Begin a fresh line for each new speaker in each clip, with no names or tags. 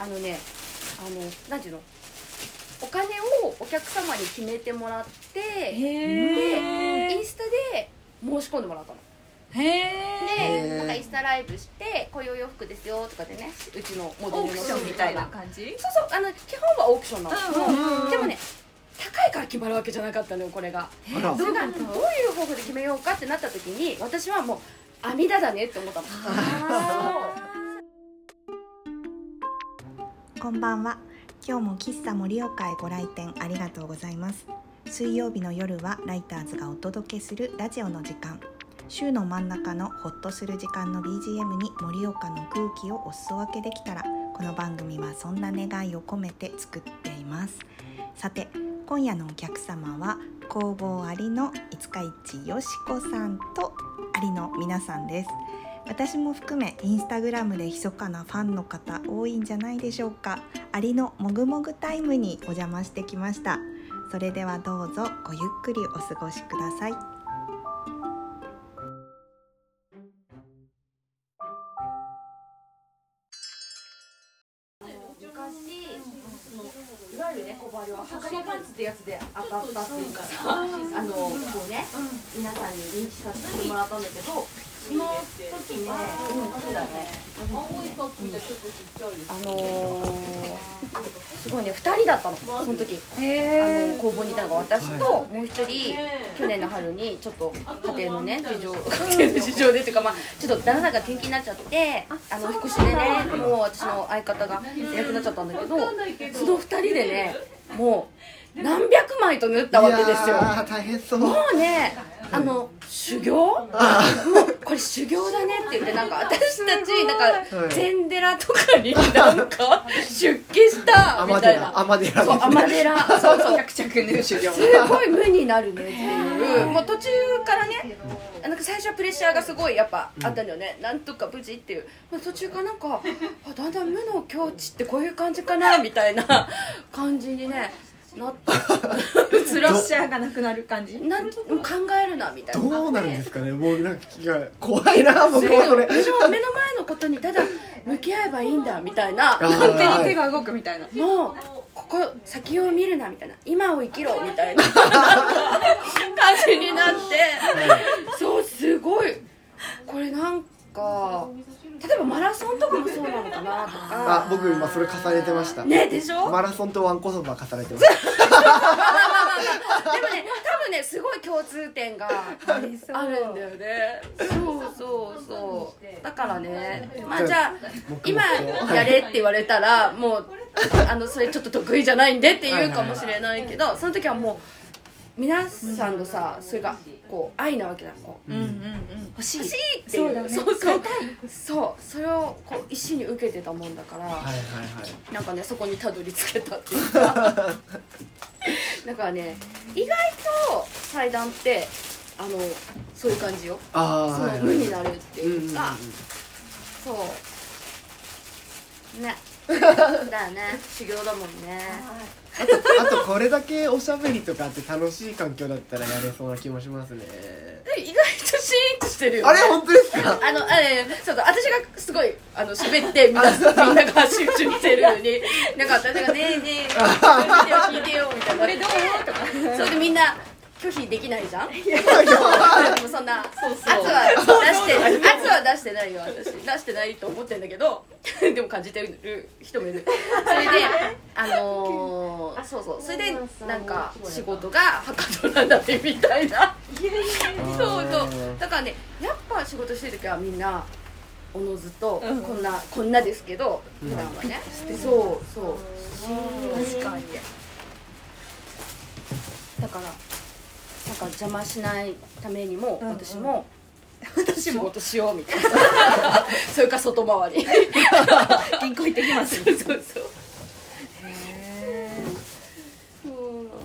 あのねあの何ていうのお金をお客様に決めてもらって
へ
でイ
え
ンスタで申し込んでもらったの
へえ
で
へー
なんかインスタライブして「こういうお洋服ですよ」とかでねうちのモデルの
オークションみたいな感じ
そうそうあの基本はオークションなの、
うん
うんうん
でもね高いから決まるわけじゃなかったのよこれが
あら
それがどういう方法で決めようかってなった時に私はもう阿弥陀だねって思ったの
こんばんは。今日も喫茶盛岡へご来店ありがとうございます。水曜日の夜はライターズがお届けするラジオの時間。週の真ん中のホッとする時間の BGM に盛岡の空気をお裾分けできたら、この番組はそんな願いを込めて作っています。さて、今夜のお客様は工房ありの五日市よしこさんとありの皆さんです。私も含めインスタグラムで密かなファンの方多いんじゃないでしょうかアリのもぐもぐタイムにお邪魔してきましたそれではどうぞごゆっくりお過ごしください
昔そのいわゆるね小針は測りパンツってやつで当たったっていうかさあのこうね皆さんに認知させてもらったんだけどその時ねうんそうだねあのーすごいね2人だったのその時あの工房にいたのが私ともう一人去年の春にちょっと家庭のね事情家庭の事情でっていうかまあちょっと旦那さんが転勤になっちゃってあの引っ越しでねもう私の相方がいなくなっちゃったんだけどその2人でねもう何百枚と縫ったわけですよ
いやー大変そう
もうねあの修行もうこれ修行だねって言ってなんか私たちなんか
はい
禅寺とかになんか出家したみ
天
たいな
寺天寺
そう
ですね
天寺そうそう
着々入手料
すごい無になるねっていう、もう途中からねなんか最初はプレッシャーがすごいやっぱあったんだよね、なんとか無事っていう、まあ、途中からなんかあだんだん無の境地ってこういう感じかなみたいな感じにねなった
プレッシャーがなくなる感じ
なん考えるなみたいな
どうなるんですかねもうなんか気が怖いな僕は
私
それ
は目の前のことにただ向き合えばいいんだみたいな
あー
勝手に手が動くみたいな
もうここ先を見るなみたいな今を生きろみたいな感じになって そうすごいこれなんか例えばマラソンとかもそうなのかなとか
あ僕今それ重ねてました
ねでしょ
マラソンとワンコそば重ねてました
でもね多分ねすごい共通点があるんだよねそうそうそうだからねまあじゃあ
僕も
今
そう
やれって言われたらもうあのそれちょっと得意じゃないんでって言うかもしれないけどその時はもう皆さんのさそれがこう愛なわけだこう
うんうんうん
欲しいっていうそうそうそうそうそれをこう一心に受けてたもんだから、
はいはいはい
なんかねそこにたどり着けたっていうか だからね意外と祭壇ってあのそういう感じよ
あ
そ
あ
の
はいは
無
い
になるって
うんうん
いううんか、そう ねだよね修行だもんね
あとあとこれだけおしゃべりとかって楽しい環境だったらやれそうな気もしますね
意外とシーンとしてるよ、
あれ
ね、
本当ですか
あのあれそうそう私がすごいあの喋ってみんなみんなが集中してるのになんか私が「ねえね え聞いてよ聞いてよ」みたいな「これどう?」とかそれでみんな拒否できないじ ゃんでもそんな圧は出して圧は出してないよ私出してないと思ってんだけど でも感じてる人もいるそれであのーそうそうそれでなんか仕事がはかどらないみたいなそうそうだからねやっぱ仕事してる時はみんなおのずと
うん
こんな、こんなですけど
うん
普段はね、そうそう
確かに
だからなんか邪魔しないためにも
うんうん
私も
私
仕
も
事しようみた いなそれか外回り
銀行行ってきます
そうそうそう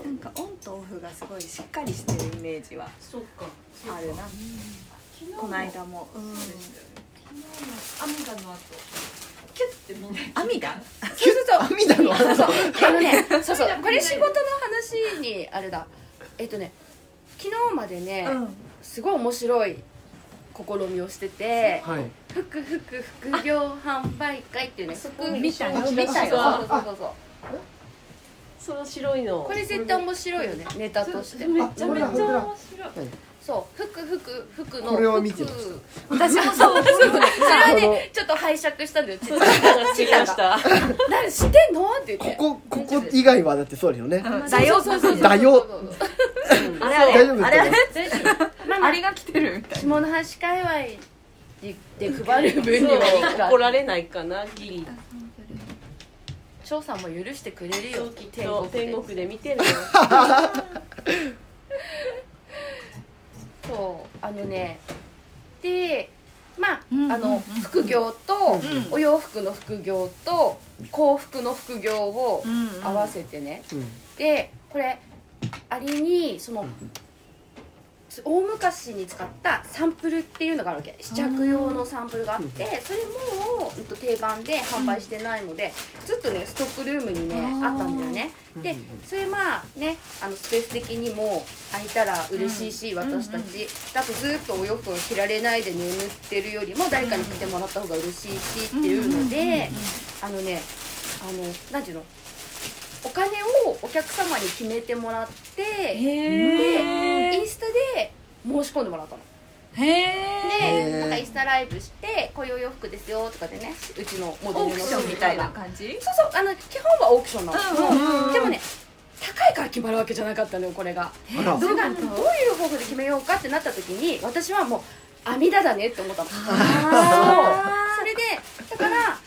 なんかオンとオフがすごいしっかりしてるイメージは
そっか。
あるな
昨日
この
の
間もうん
アミダの後、キュッてみんな。
アミダ
そうそうそう
網だの
そうあのね、そう そう、これ仕事の話にあれだ。えっとね、昨日までね、
うん
すごい面白い試みをしてて、
はい
副副副業販売会っていうね副
見たよ
見たよ
そう
そうそうそう
その白いの
これ絶対面白いよねネタとして
めちゃめちゃ面
ほら
白い
そう服服服の
これを見てまし
服私もそうそうそれはねちょっと拝借したんだよち ちちたが
た
「何知ってんの?」って言って
ここここ以外はだってそうだよね
だよそうそうそう
だよ
あれ
大丈夫ですかね
あれが来てるみたいな下の端界隈でで配る分にはいい
怒
から
れないかなギリ
張さんも許してくれるよ
きっ
天
と
国で
天国で見てるよ
そうあのねでまあ、
うん
あ
うんうん
の副業と、お洋服の副業と幸福の副業を
うんうん
合わせてね、
うん
でこれあれにその大昔に使ったサンプルっていうのがあるわけ試着用のサンプルがあってそれもうんと定番で販売してないのでずっとねストックルームにね
あ
あ
ー
ったんだよねでそれまあねあのスペース的にも空いたら嬉しいし、私たち、だとずっとお洋服を着られないで眠ってるよりも誰かに着てもらった方が嬉しいしっていうので、あのねあの何ていうのお金をお客様に決めてもらってでインスタで申し込んでもらったの。
へー
でなんかインスタライブして「こういうお洋服ですよ」とかでねうちのモデルの人みたいな
感じ
そうそうあの基本はオークションなの、でもね高いから決まるわけじゃなかったのよこれが
あら
それがどういう方法で決めようかってなった時に私はもう網だだねって思ったのそうそれでだから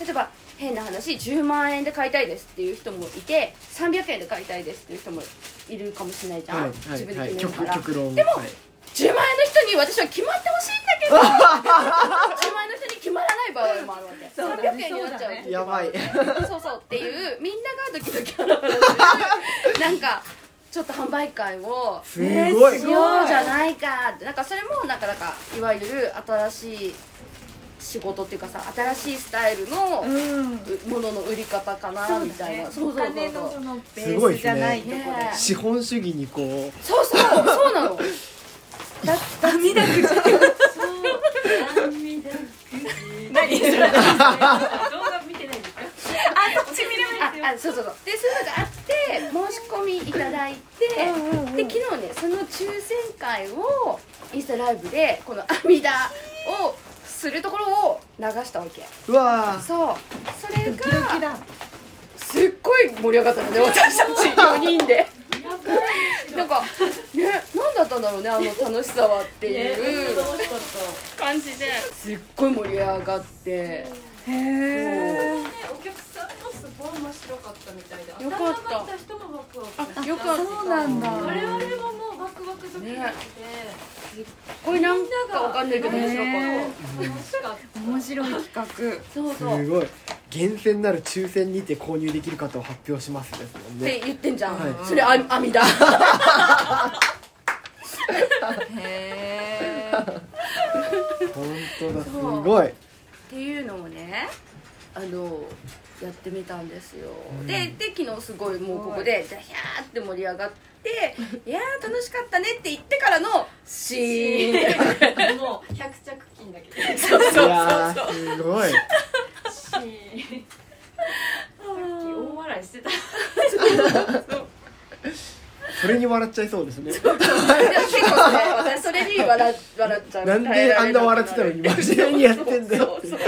例えば変な話10万円で買いたいですっていう人もいて300円で買いたいですっていう人もいるかもしれないじゃん、
はい
自分
は
で
い
決めるか
極
ら、
極論
でも
はい
10万円の人に私は決まってほしいんだ けど10万円の人に決まらない場合もあるわけ
そうだ
300
ね
円になっちゃう時もあるわけ
や
そうそうっていうみんながドキドキあるなんかちょっと販売会を
すごい
しようじゃないかってなんかそれもなんかなんかいわゆる新しい仕事っていうかさ新しいスタイルの
うん
ものの売り方かなみたいなそう
お
そうそう
金の
そ
そうのベ
すごい
ー
で
ス
す
じ
ね
ゃないとこ
ね
資本主義にこう
そうそうそうなのだだ
何それ
動画見てないんですか
ああそうそうそうでそういうのがあって申し込みいただいて、で昨日ねその抽選会をインスタライブでこの「阿弥陀」をするところを流したわけ
うわ
そうそれ
ドキド
が
キだ
すっごい盛り上がったのね私たち4人 で
やばい
なんかね何だったんだろうねあの楽しさはっていう
楽しかっ
感じですっごい盛り上がって
へえ
たねお客さんもすごい面白かったみたいで
よかった
頭が来た人もワクワクしてた
よかった
そうなんだ
我々ももうワクワクドキドキで、
ねこれなんかわかんないけど面白かった
そう楽しかった
面白い企
そう
す
そう
ごい厳選なる抽選にて購入できる方を発表しますですもん
っ
ね
て言ってんじゃん、
はい
それあ阿弥陀
画へえ
本当だす
そう
ごい
っていうのをねあのやってみたんですよ、
うん
でで昨日すごいもうここでじゃあヒャーって盛り上がって 「いやー楽しかったね」って言ってからの シーン
もう百着金だけど
そうそう
い
そう
やーすごい
さっき大笑いしてた
それに笑っちゃいそうですね
でも結構ね私それに笑っ笑っちゃう
なんであんな笑ってたのに真面目にやってんだよって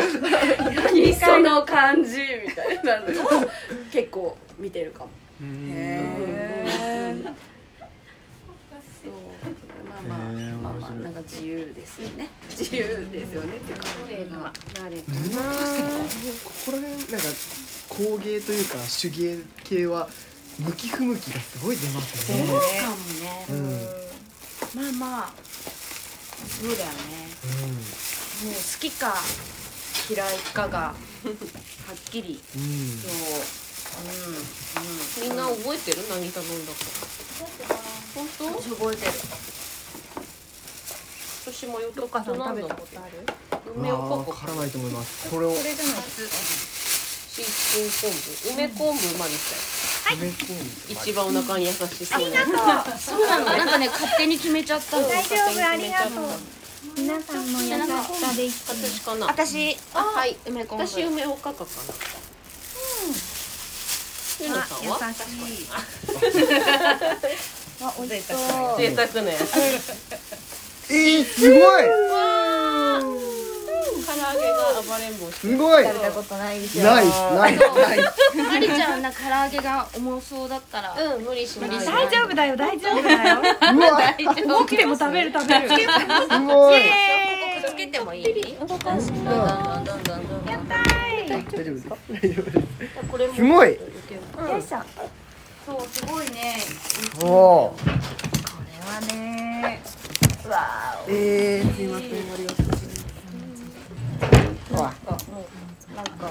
何その感じみたいなのを結構見てるかも
うーん
へえそうまあまあ
へえ
まあまあなんか自由ですよね自由ですよねっていうかまあ慣れ
布ここら辺なんか工芸というか手芸系は向き不向きがすごい出ます
か
ね
もね
うんうん
まあまあそうだよねもう好きか嫌いかがはっきりそう
みんな覚えてる何頼んだか本当
うん私覚えてる
私もよ
どっかさん食べたことある
うん
梅
うわ
お
ー
か
わ
か
からないと思いますこれを
これでも
シーチキン昆布梅昆布までした
埋め込んで
よ一番お腹に優しそうな
そうなのなんかね勝手に決めちゃったの
大
丈夫ありがとう
皆さんのやつができ
私かな
私
あはい梅
昆布
私梅おかかかなうんゆのさんは
優しい
あ、美味しそう
贅沢なやつ
えー、すごい
唐揚げが暴れん坊
すごい
食べたことないですよ
ないないない
マリちゃんな唐揚げが重そうだから
うん無理しない
大丈夫だよ、大丈夫だよ
うわ
起きても食べる食べる
すごい
つけてもいい
動かしながらやった
大丈夫です
これも
すごい
よいしょこ
そうすごいね
おお
れはねうわ
ーえー、すいませんありがとうございますうわ
なんか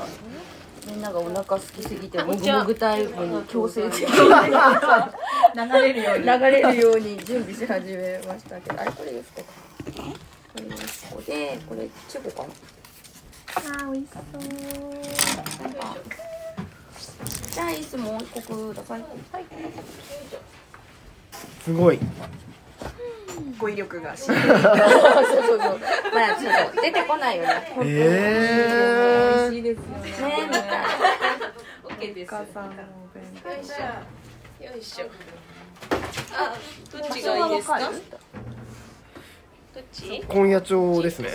みんながお腹空きすぎてもぐもぐタイプに強制的に
ー流れるように
流れるように準備し始めましたけどあれこれですかこれですこでこれチョコかな
あー、美味しそう
じゃあいつもう一個くださいはい
すごい
語彙力が
そうそうそうまだちょっと出てこないよね
えー、
ねえみたいな
よいしょあどっちがいいですかどっち
今夜町ですね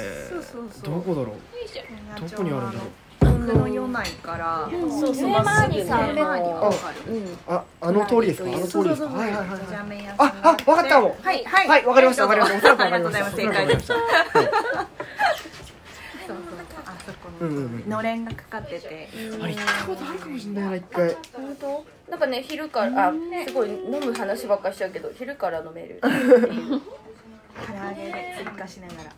どこだろうどこにあるんだろう
僕の夜内から
そうそう
マリさん
あ
の
あ、あの通りですか。あの通りですか。はいはいはい
ジ
はい。
ャメン屋さん
あ、あ、わかったもん。
はいはい
はい、わかりました。わかりました。おそらくわかりました。
ありがとうございます
おそらくわかりました
そうそうあそこ
うんう
の
んうん
のれんがかかってて
はいあれ、行ったことあるかもしれないな、一回。
本当なんかね昼からあすごい飲む話ばっかりしちゃうけど昼から飲め るっていう
唐揚げで追加しながら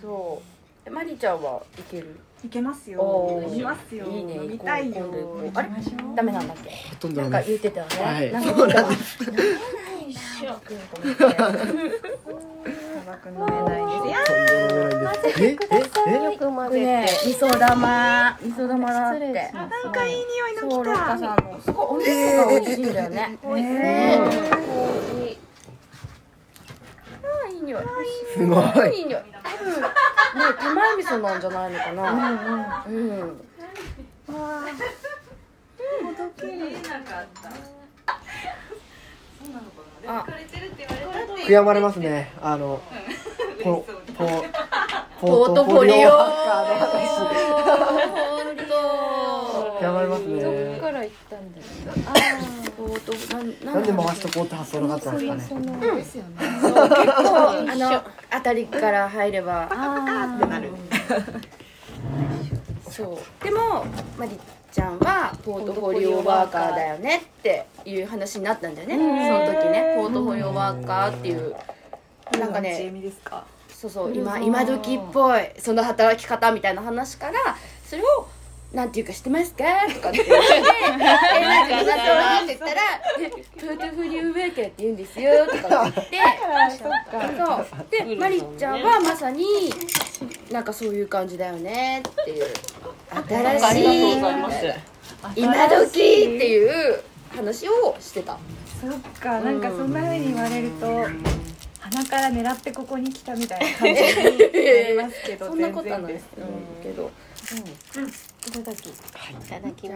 そうえマリちゃんはいける
いけますよ
おー
いますよ
いいね
飲みたい
行こう今度行こ
よ
うあれダメなんだっけ
ほとんど
なん
飲みま
か
す
言ってたよね、
はい
なんか言ってたわ飲め ないな僕と思って
砂漠飲めないですよ
とんでもないです。え、え、え、
よく混
これね味噌玉味噌玉だって
なんかいい匂い
そう
の
六
きた
花さんのすごいお肉が美味しいんだよねねあーいい匂い
すごい。
いい匂い多分ね手前味噌なんじゃないのかなうんうん、うん
悔やまれますね。あの。ポ、ポ。
ポートフォリオ
ポートフォリオ悔やまれます
どっか
ね。
ら行ったんだよ
おーとなんな
なんんで回しとこうって発想なかったんですかね。
あのあたりから入れば
ってなる
そうでもマリちゃんはポートフォリオワーカーだよねっていう話になったんだよねその時ねポートフォリオワーカーっていうなんか
ジェ
ね
ミですか
そうそう今今時っぽいその働き方みたいな話からそれをなんていうか知ってますかとかって言って「えなんかなんて言 ったらで「ポートフォリオワーカーって言うんですよ」とかって言って そうでマリちゃんはまさになんかそういう感じだよねっていう新
ありがとう
し
ございます
い今時っていう話をしてた
そっかなんかそんな風に言われると鼻から狙ってここに来たみたいな感じになりますけど
そんなことは
全
ない
然
で
ですす
けど
いただき
い
ます
ただ
いただき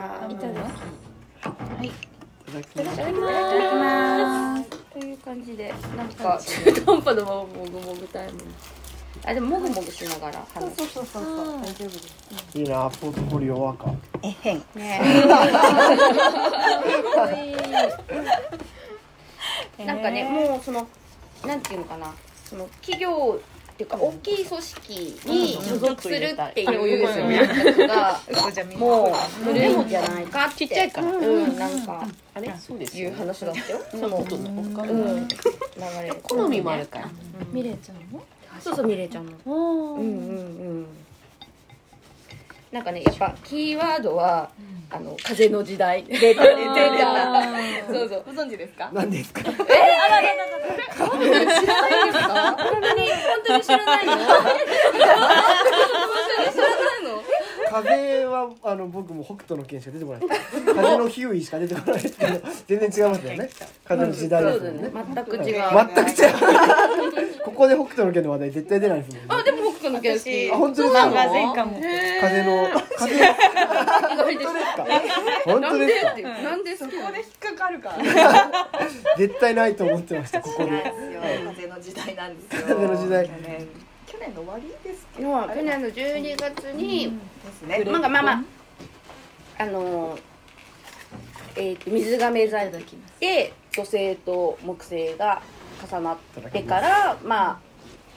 ます
きますという感じでなんか中途半端なままもぐもぐタイムあでももぐもぐしながら話す
いいな、ポートフォリオワーカー。
えへん
ねなんかねもうそのなんていうのかなその企業っていうか大きい組織に所属するっていう人が
嘘じゃみんな
もう古いんじゃないかってちっちゃい
から
うんなんか
あれそうです
いう話だったよその
ことねお
う
金
ん流れ
好みもあるから
そうそうミレイちゃんのうんうんうんなんかねやっぱキーワードは、あの風の時代出た出たそうそう
ご存知ですか
何ですか。
本当に本当に知らないの本当に知らないの
風はあの僕も北斗の拳しか出てこない風のヒューイしか出てこないですけど全然違いますよね風の時代ですもんね
全く違う
全く違う ここで北斗の拳の話題絶対出ないですもんね
あでも北斗の拳好き
あ本当です
漫
か
画全巻も
風の風の
意外でし
本当
た
ですか本当ですか
なんで好きなの
引っかかるから
絶対ないと思ってましたここで
風の時代なんですよ
風の時代
去年去年の終わりですけど
もう去年の12月に、
ですね
まあまあまああのーえーと水亀座で土星と木星が重なってからまあ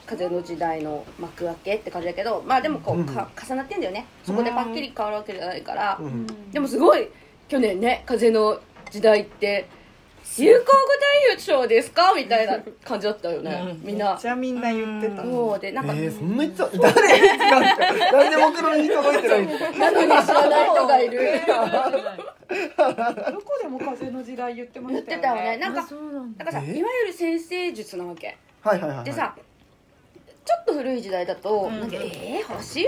風の時代の幕開けって感じだけどまあでもこう、か重なってんだよねそこでパッキリ変わるわけじゃないから、
うん
でもすごい去年ね風の時代って流行語大賞ですかみたいな感じだったよね、みん
めっ
な
ちゃみんな言ってた
そうでなんか、
えー、そんな人誰に使うんですかなんで僕のに届いてないんですか
なのに知らない人がいる
どこでも風の時代言ってま
言っ
した
て
よ
たよね
ね
なんかなんかさい
え
わゆる先生術なわけ
はいはいはいはい
でさちょっと古い時代だと、なんかえー、星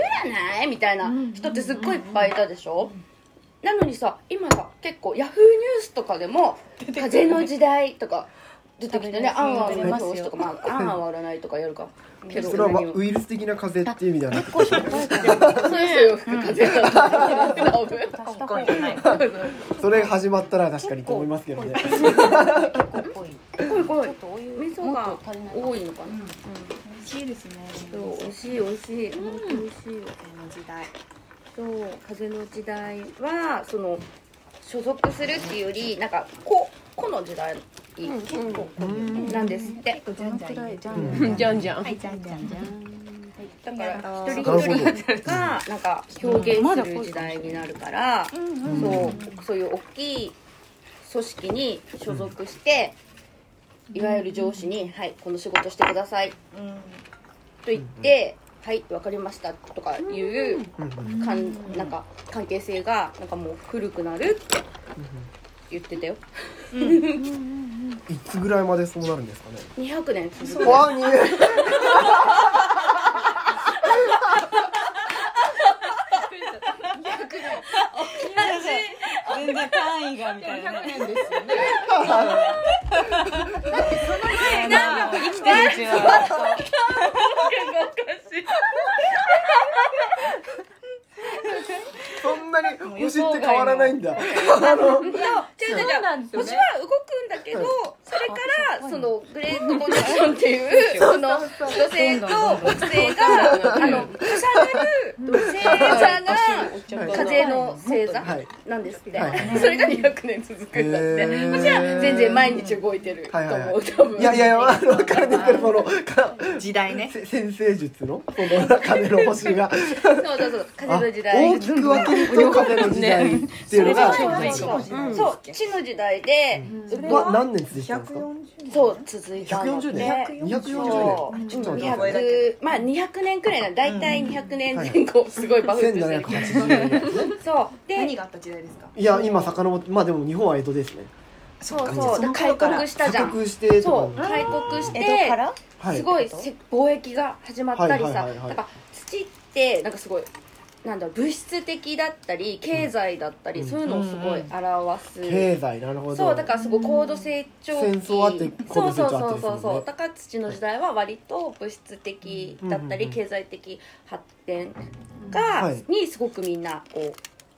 占いみたいな人ってすっごいいっぱいいたでしょ、なのにさ今さ結構ヤフーニュースとかでも「風の時代」とか出てきてね「あんあんの表紙」とか「ま あ、あんあんは占い」とかやるかけど
それはまあウイルス的な風邪っていう意味ではなくて
そういう人を吹く風だと思う
香港じゃない
それが始まったら確かにと思いますけどね
濃い濃い味噌が多いのかな
美味しいですね
そう美味しい美味しい本当美味しいよ
風の時代
そう風の時代はその所属するっていうよりなんか個個の時代なんですって、
じゃんじゃんはいじゃ
じゃんじゃん
んじゃんじゃ
だ
ん
から
あ
一
なる
人一人がなんか表現する時代になるから、そうそういう大きい組織に所属して、いわゆる上司に「はいこの仕事してください」と言って「はいわかりました」とかいうかんなんか関係性がなんかもう古くなるって言ってたよ
いつぐらいまでそうなるんですかね
200年続く
わに
全然単位がみたいなねなんか生きてるうちは
そんなに星って変わらないんだあの
違う違う違う星は動くんだけどそれからそのグレートコネクションっていう その女性と木星があの重なる星座が風の星座
はい
なんですって
はい
それが200年続くんだっ
へ
て
ー
星は全然毎日動いてると
はいはい
思
は
う多分
いやいやいやあの分かるんですけどそのか
時代ね
せ先生術のその中での星 が
そうそうそう風
あ
の時代
大きく分けると風の 時代っていうのが
うんそう地の時代で
な何年続いてたんですか
そう続いたの
140
ね
年240
そ
年ちょっ
う
と待ってください
200まあ200年くらいなだいたい200年前後すごいバフってしてる
1780年ですね
そうで
何があった時代ですか
いや今遡ってまあでも日本は江戸ですね
そう
そ
そうう開国したじゃ
鎖
ん
国して
そ
と
う
かも
開国して
江戸から
は
すごいせ貿易が始まったり
はいはい
さ
はいはい
なんか土ってなんかすごいなんだろう物質的だったり経済だったり、
うん
そういうのをすごい表す、
経済なるほど
そうだからすごい高度成長期
戦争あって高度成長あってですもん
そうそうそうそう
ね
そうだから土の時代は割と物質的だった
う
り
ん
経済的発展が、
はい
にすごくみんなこう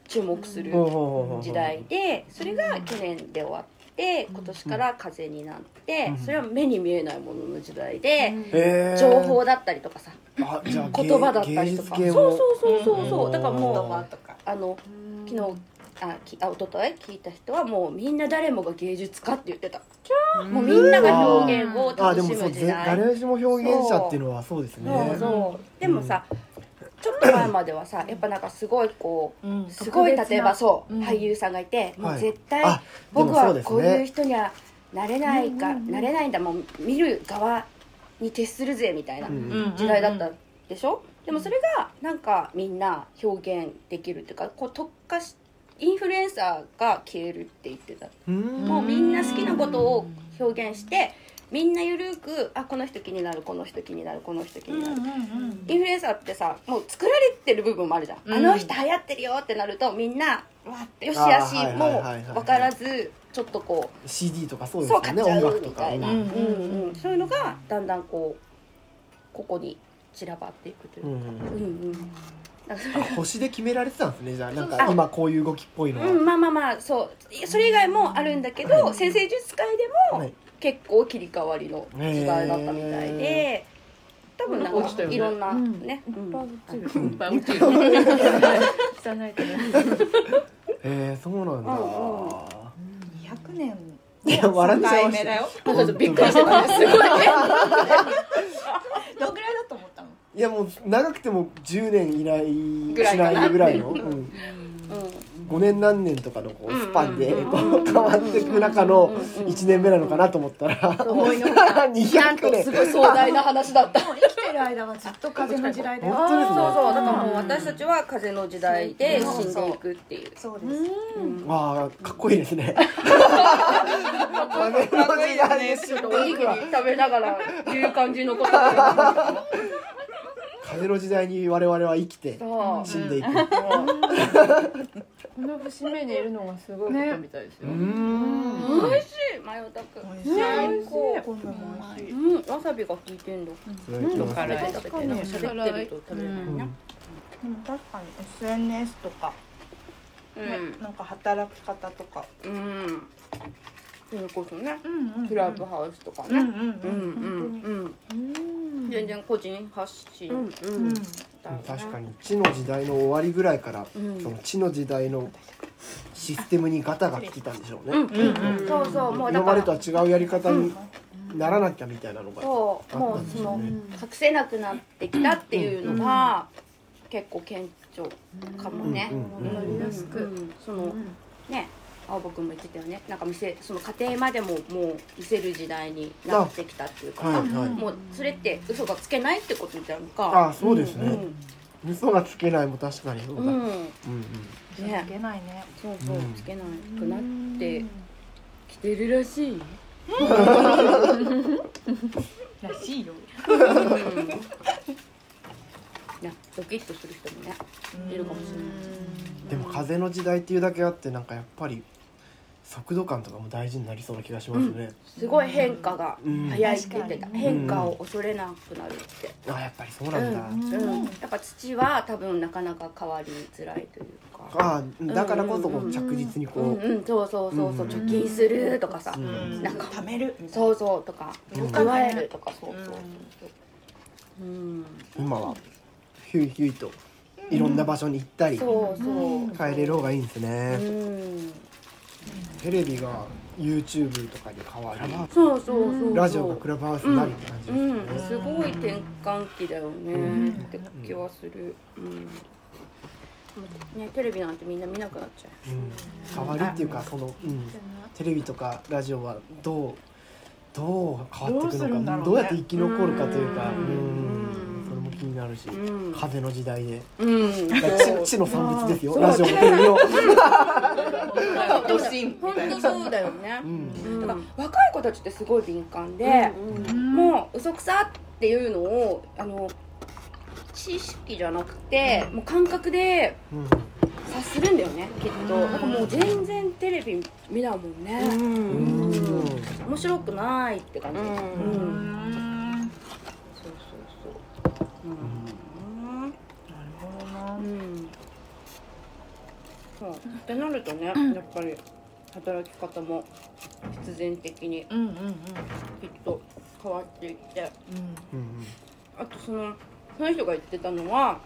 注目する
ほうほうほうほう
時代でそれが去年で終わって今年から風になって
うん
それは目に見えないものの時代で
へー
情報だったりとかさ
あじゃあ
言葉だったりとかそうそうそうそうそうだからもう
う
とか
あの昨日あきあ一昨日聞いた人はもうみんな誰もが芸術家って言ってたもうみんなが表現を
あ
楽
で
し
もそう
む
ぜ
時代
誰しも表現者っていうのはそうですね
そうそうでもさちょっと前まではさやっぱなんかすごいこうすごい例えばそう俳優さんがいても
は
う
い
絶対
あで
僕
もそう
は
です
こういう
ね
人にはなれないかなれないんだもう見る側に徹するぜみたいな
うん
時代だったでしょでもそれがなんかみんな表現できるっていうかこう特化しインフルエンサーが消えるって言ってた
うん
もうみんな好きなことを表現してみんなゆるくあこの人気になるこの人気になるこの人気になる、
ん
インフルエンサーってさもう作られてる部分もあるじゃん、
うん
あの人流行ってるよってなるとみんなわーってよし
あー
よし
はいはい
も
はいはいう
分からずちょっとこ
CD とかそう
う
で
そう
す
買
よ
っ
ね
ちゃ
音
う
楽
み
と
た
か
いな、
う
うんう
ん
んうん、そういうのがだんだんこうここに散らばっていくという
う
か、
ん
うんうんだからそれ
あ星で決められてたんですねじゃあなん
そう
か
そう
今こういう動きっぽいのは、
うん、まあまあまあそういやそれ以外もあるんだけど、
はい
先生術会で
は
も
い
結構切り替わりの時代だったみたいで多分なん
なんか落ちた
か
よね
いろんなね、うん
うんバウンティー
汚いと思う
えー、そうなんだ、
うんうん
200年
いや笑っちゃい
境
まし
目
た
だよ
なんかちょっとびっくりしてたすごい
どんぐらいだと思ったの
いやもう長くても10年以内
ぐらい
し
かな
ないぐらいの、うん、
う
5年何年とかのこう
うん
スパンで
うん
こう変わっていく中の
うんうん
1年目なのかなと思ったら
思いのほ
ん、
200
なんと
年
すごい壮大な話だった
もう生きてる間はずっと風の時代だよ
本当ですね
そうそうだからもう私たちは風の時代で死んでいくっていう
そうです
わあかっこいいですね
かっこいいで
ち
すね
ょっとおにぎり食べながら言う感じのことだ
風の時代に我々は生きて
そ
死んでいく
この節目にいるのがすごいことみたいです
う
よ、
ん
う美味しいマヨタク最高
こんなもん美味しい
うんわさびが効いてんの
いただきます
辛い
食べてなんか喋ってると食べれない
うん
な
でも確かに SNS とか、ねなんか働き方とか、
うん、うん、それこそね
うんうんうん、
クラブハウスとか
うんうん
ね
う
うんう
ん、
んうん全然個人発信
うん、
だよね
確かに地の時代の終わりぐらいからそ
ん
の地の時代のシステムにガタが来たんでしょうね
うんうんうんそうそうもうだか
今まで
ら
とは違うやり方にならなきゃみたいなのが
そうもうその
うん
隠せなくなってきたっていうのが結構顕著かもね
うんうんうん
うんうんそのね青葉君も言ってたよねなんか見せその家庭までももう見せる時代になってきたっていうか
はい
さ
はい
もうそれって嘘がつけないってことじゃんか
ああそうですね、
うん
嘘がつけないも確かにそうだ、
う
うんうん
んね
つけないね
そうそうつけなくなってきてるらしいよ
らしいよ
ねドキッとする人もねいるかもしれ
でも風の時代っていうだけあってなんかやっぱり速度感とかも大事になりそうな気がします
な
ね、
いすごい変化が
うん
早いって言ってた
うん
変化を恐れなくなるって
あやっぱりそうなんだ、
うんやっぱ土は多分なかなか変わりづらいというか
ああだからこそこう着実にこ
うん
う、
うんそうそうそうそう
うん
貯金するとかさ
うん
なんか
貯める
そうそうとか
うん
加えるとかそうそうそううん
今はヒュイヒュイといろんな場所に行ったり、
そうそう
帰れる方がいいんですね、
うん
テレビが YouTube とかに変わり、
そうそうそう
ラジオがクラブハウスになるって感じです
う
よね、
ん、すごい転換期だよね、
うん
って気はする、うんね、テレビなんてみんな見なくなっちゃう
変わりっていうかその、うん、テレビとかラジオはどうどう変わっていくのかどう,、やって生き残るかというか
う
うんんそれも気になるし、
うん
風の時代で
うん
だから地地の産物ですよラジオもテレビも、
ドシン
本当そうだよね
う、ん
だから若い子たちってすごい敏感で、もう嘘くさっていうのをあの知識じゃなくて、もう感覚で
うん
察するんだよねきっと、なんかもう全然テレビ見ないもんね、
うん
面白くないって感じ、うんそうそうそううん、なるほどなうんそうってなるとね、やっぱり働き方も必然的に
うんうん
きっと変わっていって
うん
あとそのその人が言ってたのは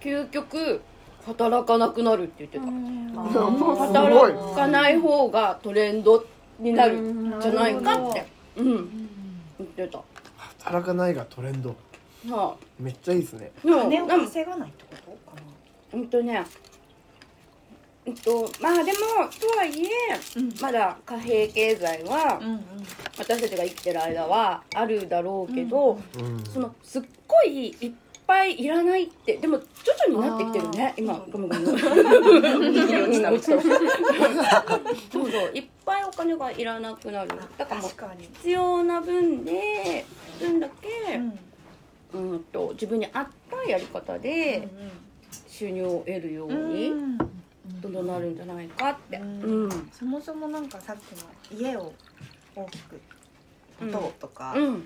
究極働かなくなるって言ってた、
すごい
働かない方がトレンドになるんじゃないかって、うん言ってた。
働かないがトレンド
はあ
めっちゃいいですね
金
金を稼がないってことか
うんとねうんとまあでもとはいえ、まだ貨幣経済は、私たちが生きてる間はあるだろうけど、
うん
そのすっごいいっぱいいらないってでも徐々になってきてるね今ごめんごめん落ちた 落ちたそうそういっぱいお金がいらなくなるだからもう
確かに。
必要な分で分だけ
う、ん
うん、と自分に合ったやり方で収入を得るように
うん
どんどんなるんじゃないかって、う
う
んん
そもそもなんかさっきの家を大きく
うん
どうとか、
うんうん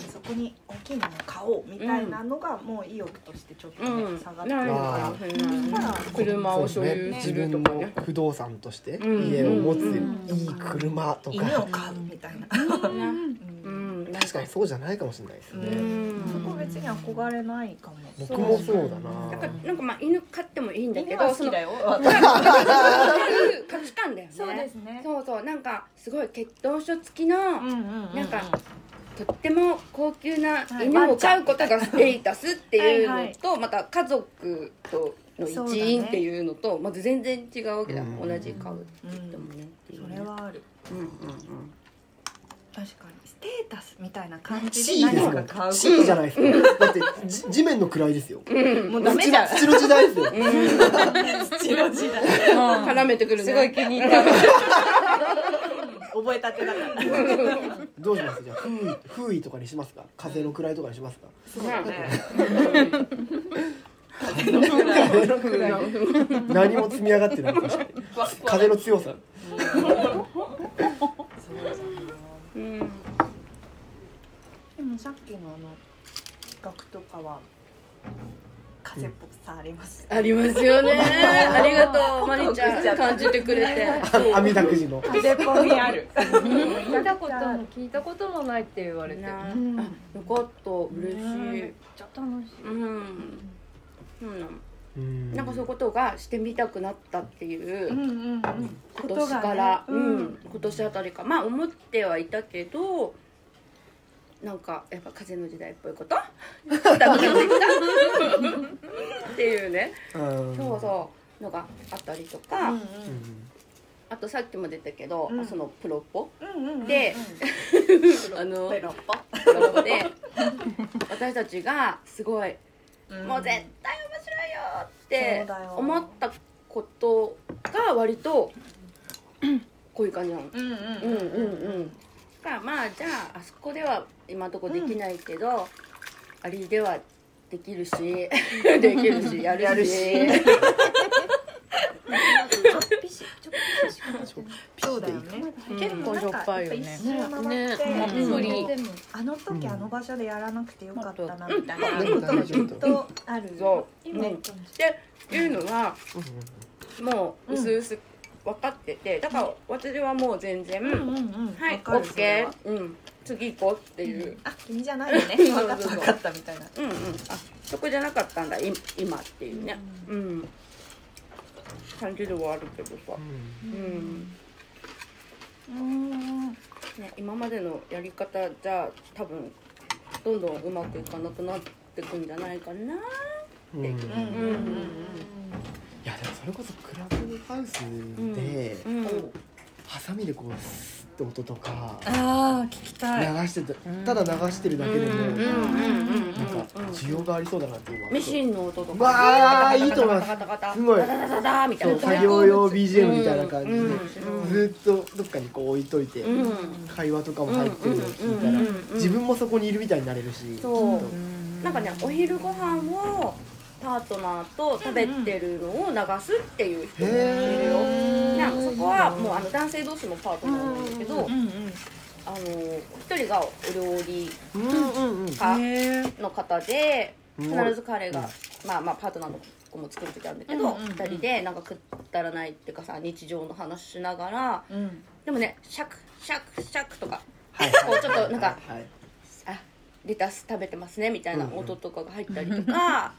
そこに大きいものを買おうみたいなのがもう意欲としてちょっとね、
うん
下がってる
なる
か
ほどね
ら、
車を所
そう
有
ね
す
自
ると
分
か
の
ね
不動産として
うん
家を持つ、
うん
いい車とか
犬を飼うみたいな、
う
うん
ん
確かにそうじゃないかもしれないですね、
うん
そこ別に憧れないかも。
僕もそうだな
だからなんかまあ犬飼ってもいいんだけ
犬
ど
は
その
よ。
そういう価値観だよね
そうですね。
そうそうなんかすごい血統書付きの、
うんうんうん
なんかとっても高級な犬を飼うことがステータスっていうのとまた家族との一員っていうのとまず全然違うわけだ、
うん
同じ飼うって言ってもね、っていう
そ
ね
れはある。
うんうん
確かにステータスみたいな感じ
C
で
です
何
も
か
ん
買うこと
C じゃないですかだってじ地面の位ですよ
もうダメじゃん。
土の時代ですよ
土の時代。
うん絡めてくるね
すごい気に入った。
覚えたてだから。
どうしますじゃあ風位風位とかにしますか風の位とかにしますか
そうだね。
風の位何も積み上がってないかもしれない風の強さ
うん
でもさっきのあの額とかは風っぽさあります。
ありますよね ありがとうマリちゃ ん感じてくれて
あ網だくじの
風っぽみある。
見たことも聞いたこともないって言われて。
な
う
あ
ん
よかった嬉し
め
い
っちゃ楽しい。
うん、うんなの
うん
なんかそういうことがしてみたくなったっていう、
うんうんうん。
今年から、
こ
う
とがね
ん
うん
今年あたりかまあ思ってはいたけどなんかやっぱ風の時代っぽいこと 楽しんできたっていうね
うん
そうそうのがあったりとか、あとさっきも出たけど、
うん
そのプロポ
うんうんうん。
であの
ペロッポ。
プロポ で私たちがすごいもう絶対面白いよって
そうだよ
思ったことが割とこういう感じなの。
うん
うん
うん
うんうん。だからまあじゃああそこでは今のとこできないけど、アリではできる しできるしやるし
やるしそうだよね。
結構しょっぱいよね。
ね。
アプリ。
あの時あの場所でやらなくてよかったなみたいな
うん
ことがきっとある。
そう、
今
うん、っていうのはもう薄々分かってて、だから私はもう全然、
うんうんうん。
は
わ
い、オ
かる
ッケ。ー、うん、次行こうっていう、
あ、君じゃないよ ね。分かった分かったみたいな。
うんうんあそこじゃなかったんだい今っていうねうん、感じではあるけどさうん、
うん。
ね、今までのやり方じゃ多分どんどんうまくいかなくなってくんじゃないかな
うんうんう
うんう
ん
ん
いやでもそれこそクラブハウスで、
うん
ハサミでこうスッて音とか
ああ聞きた
流
い。
してた、ただ流してるだけでも、
うんうん
なんか
うんうん
需要がありそうだなって今
ミシンの音とか
わあいいと思い
ガ
ま
タガタガ
す
タガタ
すごい
ダダダダダみた
そ
いうな
作業用 BGM みたいな感じで、
うんうん
ずっとどっかにこう置いといて、
うん
会話とかも入ってるのを聞いたら、
うんうんうんうん
自分もそこにいるみたいになれるし
そうなんかねお昼ご飯をパートナーと食べてるのを流すっていう人もいるよ、
へ
なんかそこはもうあの男性同士のパートナーなんだけど、
うんうん。
あの一人がお料理
うんうんうん
家
へえ。
の方で
うん
必ず彼が、まあまあパートナーの子も作る時あるんだけ
うん
ど、
うんうん
二人でなんかくだらないっていうかさ日常の話しながら
うん。
でもねシャクシャクシャクとか
はい
こうちょっとなんか
はい
あレタス食べてますねみたいな
うんうん
音とかが入ったりと か、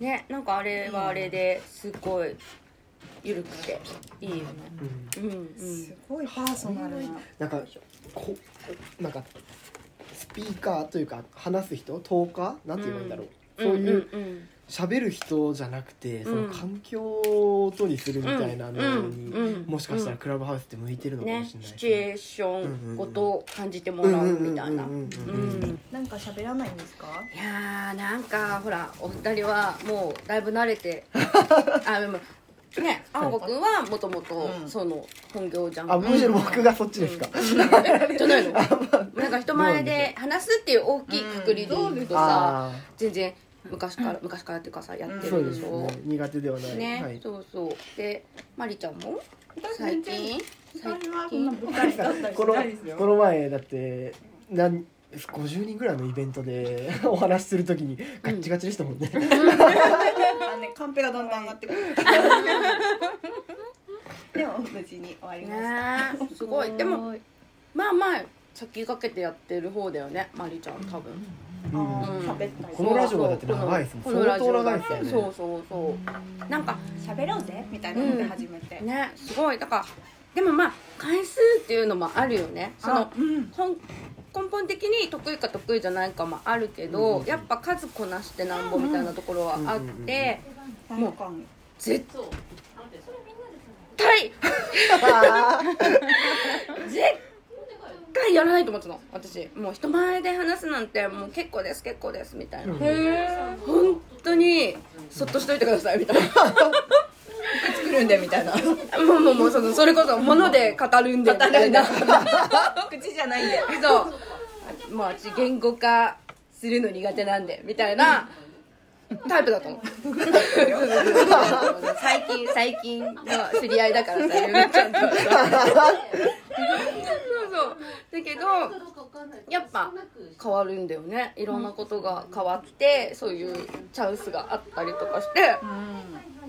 ねなんかあれはあれですごい緩くていいよね
うん
うんうん
すごいパーソナルな。
なんかこなんかスピーカーというか話す人トーカーなんて言えばいいんだろう、そういう
うん
喋る人じゃなくてその
うん
環境を音にするみ
うん
たいなのに、
うんうん
もしかしたらクラブハウスって向いてるのかも
ね
しれない
シ
し
チュエーションごと感じてもらうみたいな
うんうんうん
う
うんうん
ん
なんか喋らないんですか？
いやーなんかほらお二人はもうだいぶ慣れ てあでもね青子くんはもともと
うん
その本業じゃん、
あむしろ僕がそっちですか、
えじゃないのなんか人前で話すっていう大きい隔離でいくとさ、
あ
全然昔から昔からっていうかさやっ
あ
て
そう
る
で
ですし
ね
ょ、
苦手ではない、
ね、
はい、
そうそうでまりちゃんも
私
最
全然
近最
私はそんな舞台だったり
こ
し
の
ないですよ。
この前だって何50人ぐらいのイベントで お話しするときにガッチガチでしたもんね、
あのね、カンペがどんどん上がってくる。 でも無事に終わり
近
ました。
ねすごいでもまあまあ先駆けてやってる方だよねまりちゃん多分
うん
あー喋ったり
このラジオがだって長いですもん
このラジオ
相当長
が
いですよね
そうそうそうなんか
喋ろうぜみたいなので始めて。
ねすごいだからでもまあ回数っていうのもあるよねその
あ、うん。
ほん根本的に得意か得意じゃないかもあるけど、
うんうん
やっぱ数こなしてなんぼみたいなところはあって、
うんうんうん
もう
絶対絶対やらないと思ってたの私もう人前で話すなんてもう結構です結構ですみたいな、
うん
本当にそっとしといてくださいみたいな
作るんでみたいな。
もうもうもうそのそれこそ物で語るんでみたいな
口じゃないんで。
そうもう私言語化するの苦手なんでみたいなタイプだと思う 最近最近の知り合いだからさゆめちゃんとさそうそうだけどやっぱ変わるんだよねいろんなことが変わってそういうチャンスがあったりとかして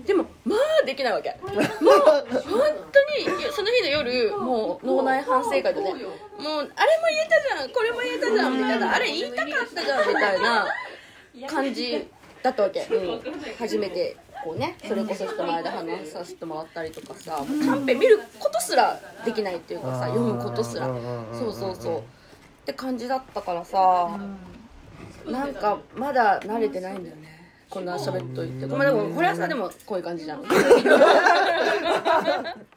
でもまあできないわけもう本当にその日の夜もう脳内反省会でねもうあれも言えたじゃんこれも言えたじゃんみたいなあれ言いたかったじゃんみたいな感じだったわけ、うん、初めてこうねそれこそ人前で話させてもらったりとかさもうカンペ見ることすらできないっていうかさ読むことすら
うんうんうんん
そうそうそうって感じだったからさなんかまだ慣れてないんだよねこんな喋っといてごめんでもこれはさでもこういう感じじゃんこういう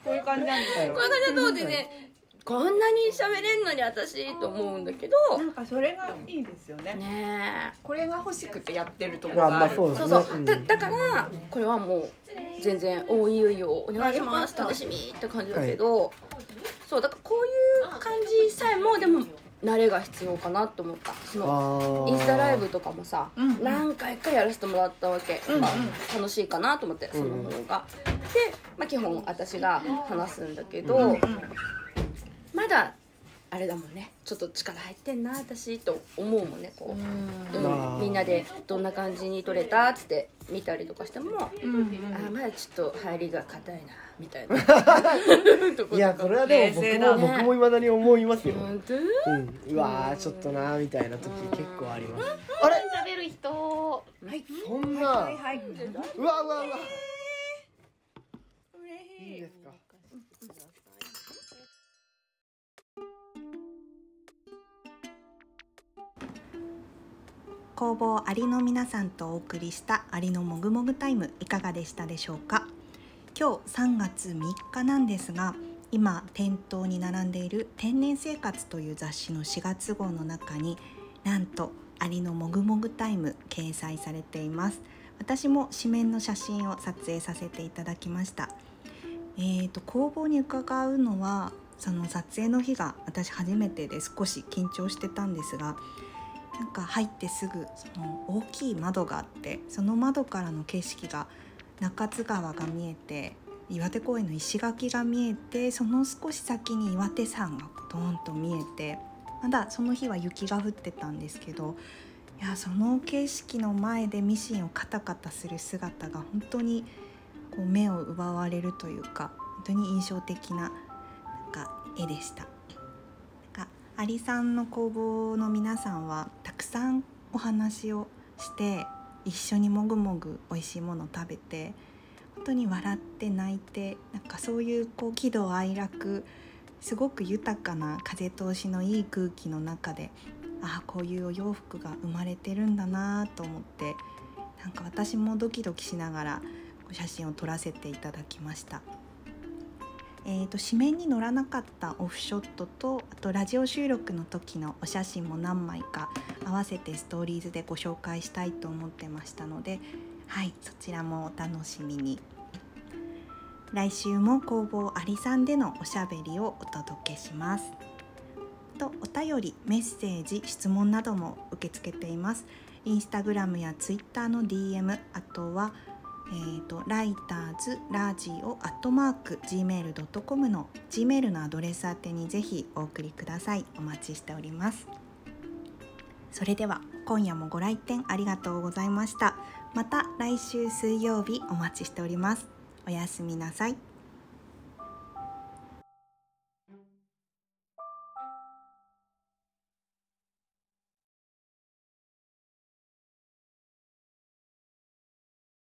こういう感じなんですよ。
感じの当時ねこんなに喋れんのに私と思うんだけど
なんかそれがいいですよね。
ねえ
これが欲しくてやってるとこ
まあ
ろ
ま
があ
あ
る。
そうで
そ
す
うそ
ね
うだだからこれはもう全然「おおいいよいいよお願いします楽しみ」って感じだけどそうだからこういう感じさえもでも慣れが必要かなと思ったその
うん
インスタライブとかもさ、
うんうん
何回かやらせてもらったわけ、
んうん
まあ楽しいかなと思ってその
うん
方が、で、まあ、基本私が話すんだけど、
うん
まだあれだもんねちょっと力入ってんな私と思うもんねこう、うん
まあ
みんなでどんな感じに撮れたっつって見たりとかしても、あーまだちょっと入りが硬いなみたいなとこ
いやそれはでも僕
冷静
も
だ
ね
僕もいまだに思いますよ、
本当
うん、うわーちょっとなーみたいな時結構ありますあれ
食べる人
そんな、
はいはい。
うわうわうわ、いいですか
工房アリの皆さんとお送りしたアリのもぐもぐタイムいかがでしたでしょうか今日3月3日なんですが今店頭に並んでいる「天然生活」という雑誌の4月号の中になんとアリのもぐもぐタイム掲載されています私も紙面の写真を撮影させていただきましたえー、と工房に伺うのはその撮影の日が私初めてで少し緊張してたんですがなんか入ってすぐその大きい窓があってその窓からの景色が中津川が見えて岩手公園の石垣が見えてその少し先に岩手山がドーンと見えてまだその日は雪が降ってたんですけどいやその景色の前でミシンをカタカタする姿が本当にこう目を奪われるというか本当に印象的ななんか絵でした。なんかアリさんの工房の皆さんはたくさんお話をして一緒にもぐもぐ美味しいものを食べて本当に笑って泣いてなんかそういうこう喜怒哀楽すごく豊かな風通しのいい空気の中でああこういうお洋服が生まれてるんだなと思ってなんか私もドキドキしながら写真を撮らせていただきました。えー、と紙面に載らなかったオフショットとあとラジオ収録の時のお写真も何枚か合わせてストーリーズでご紹介したいと思ってましたのではいそちらもお楽しみに来週も工房アリさんでのおしゃべりをお届けしますとお便りメッセージ質問なども受け付けていますインスタグラムやツイッターの DM あとはえー、とライターズラジオアットマーク gmail.com の gmail のアドレス宛てにぜひお送りくださいお待ちしておりますそれでは今夜もご来店ありがとうございましたまた来週水曜日お待ちしておりますおやすみなさい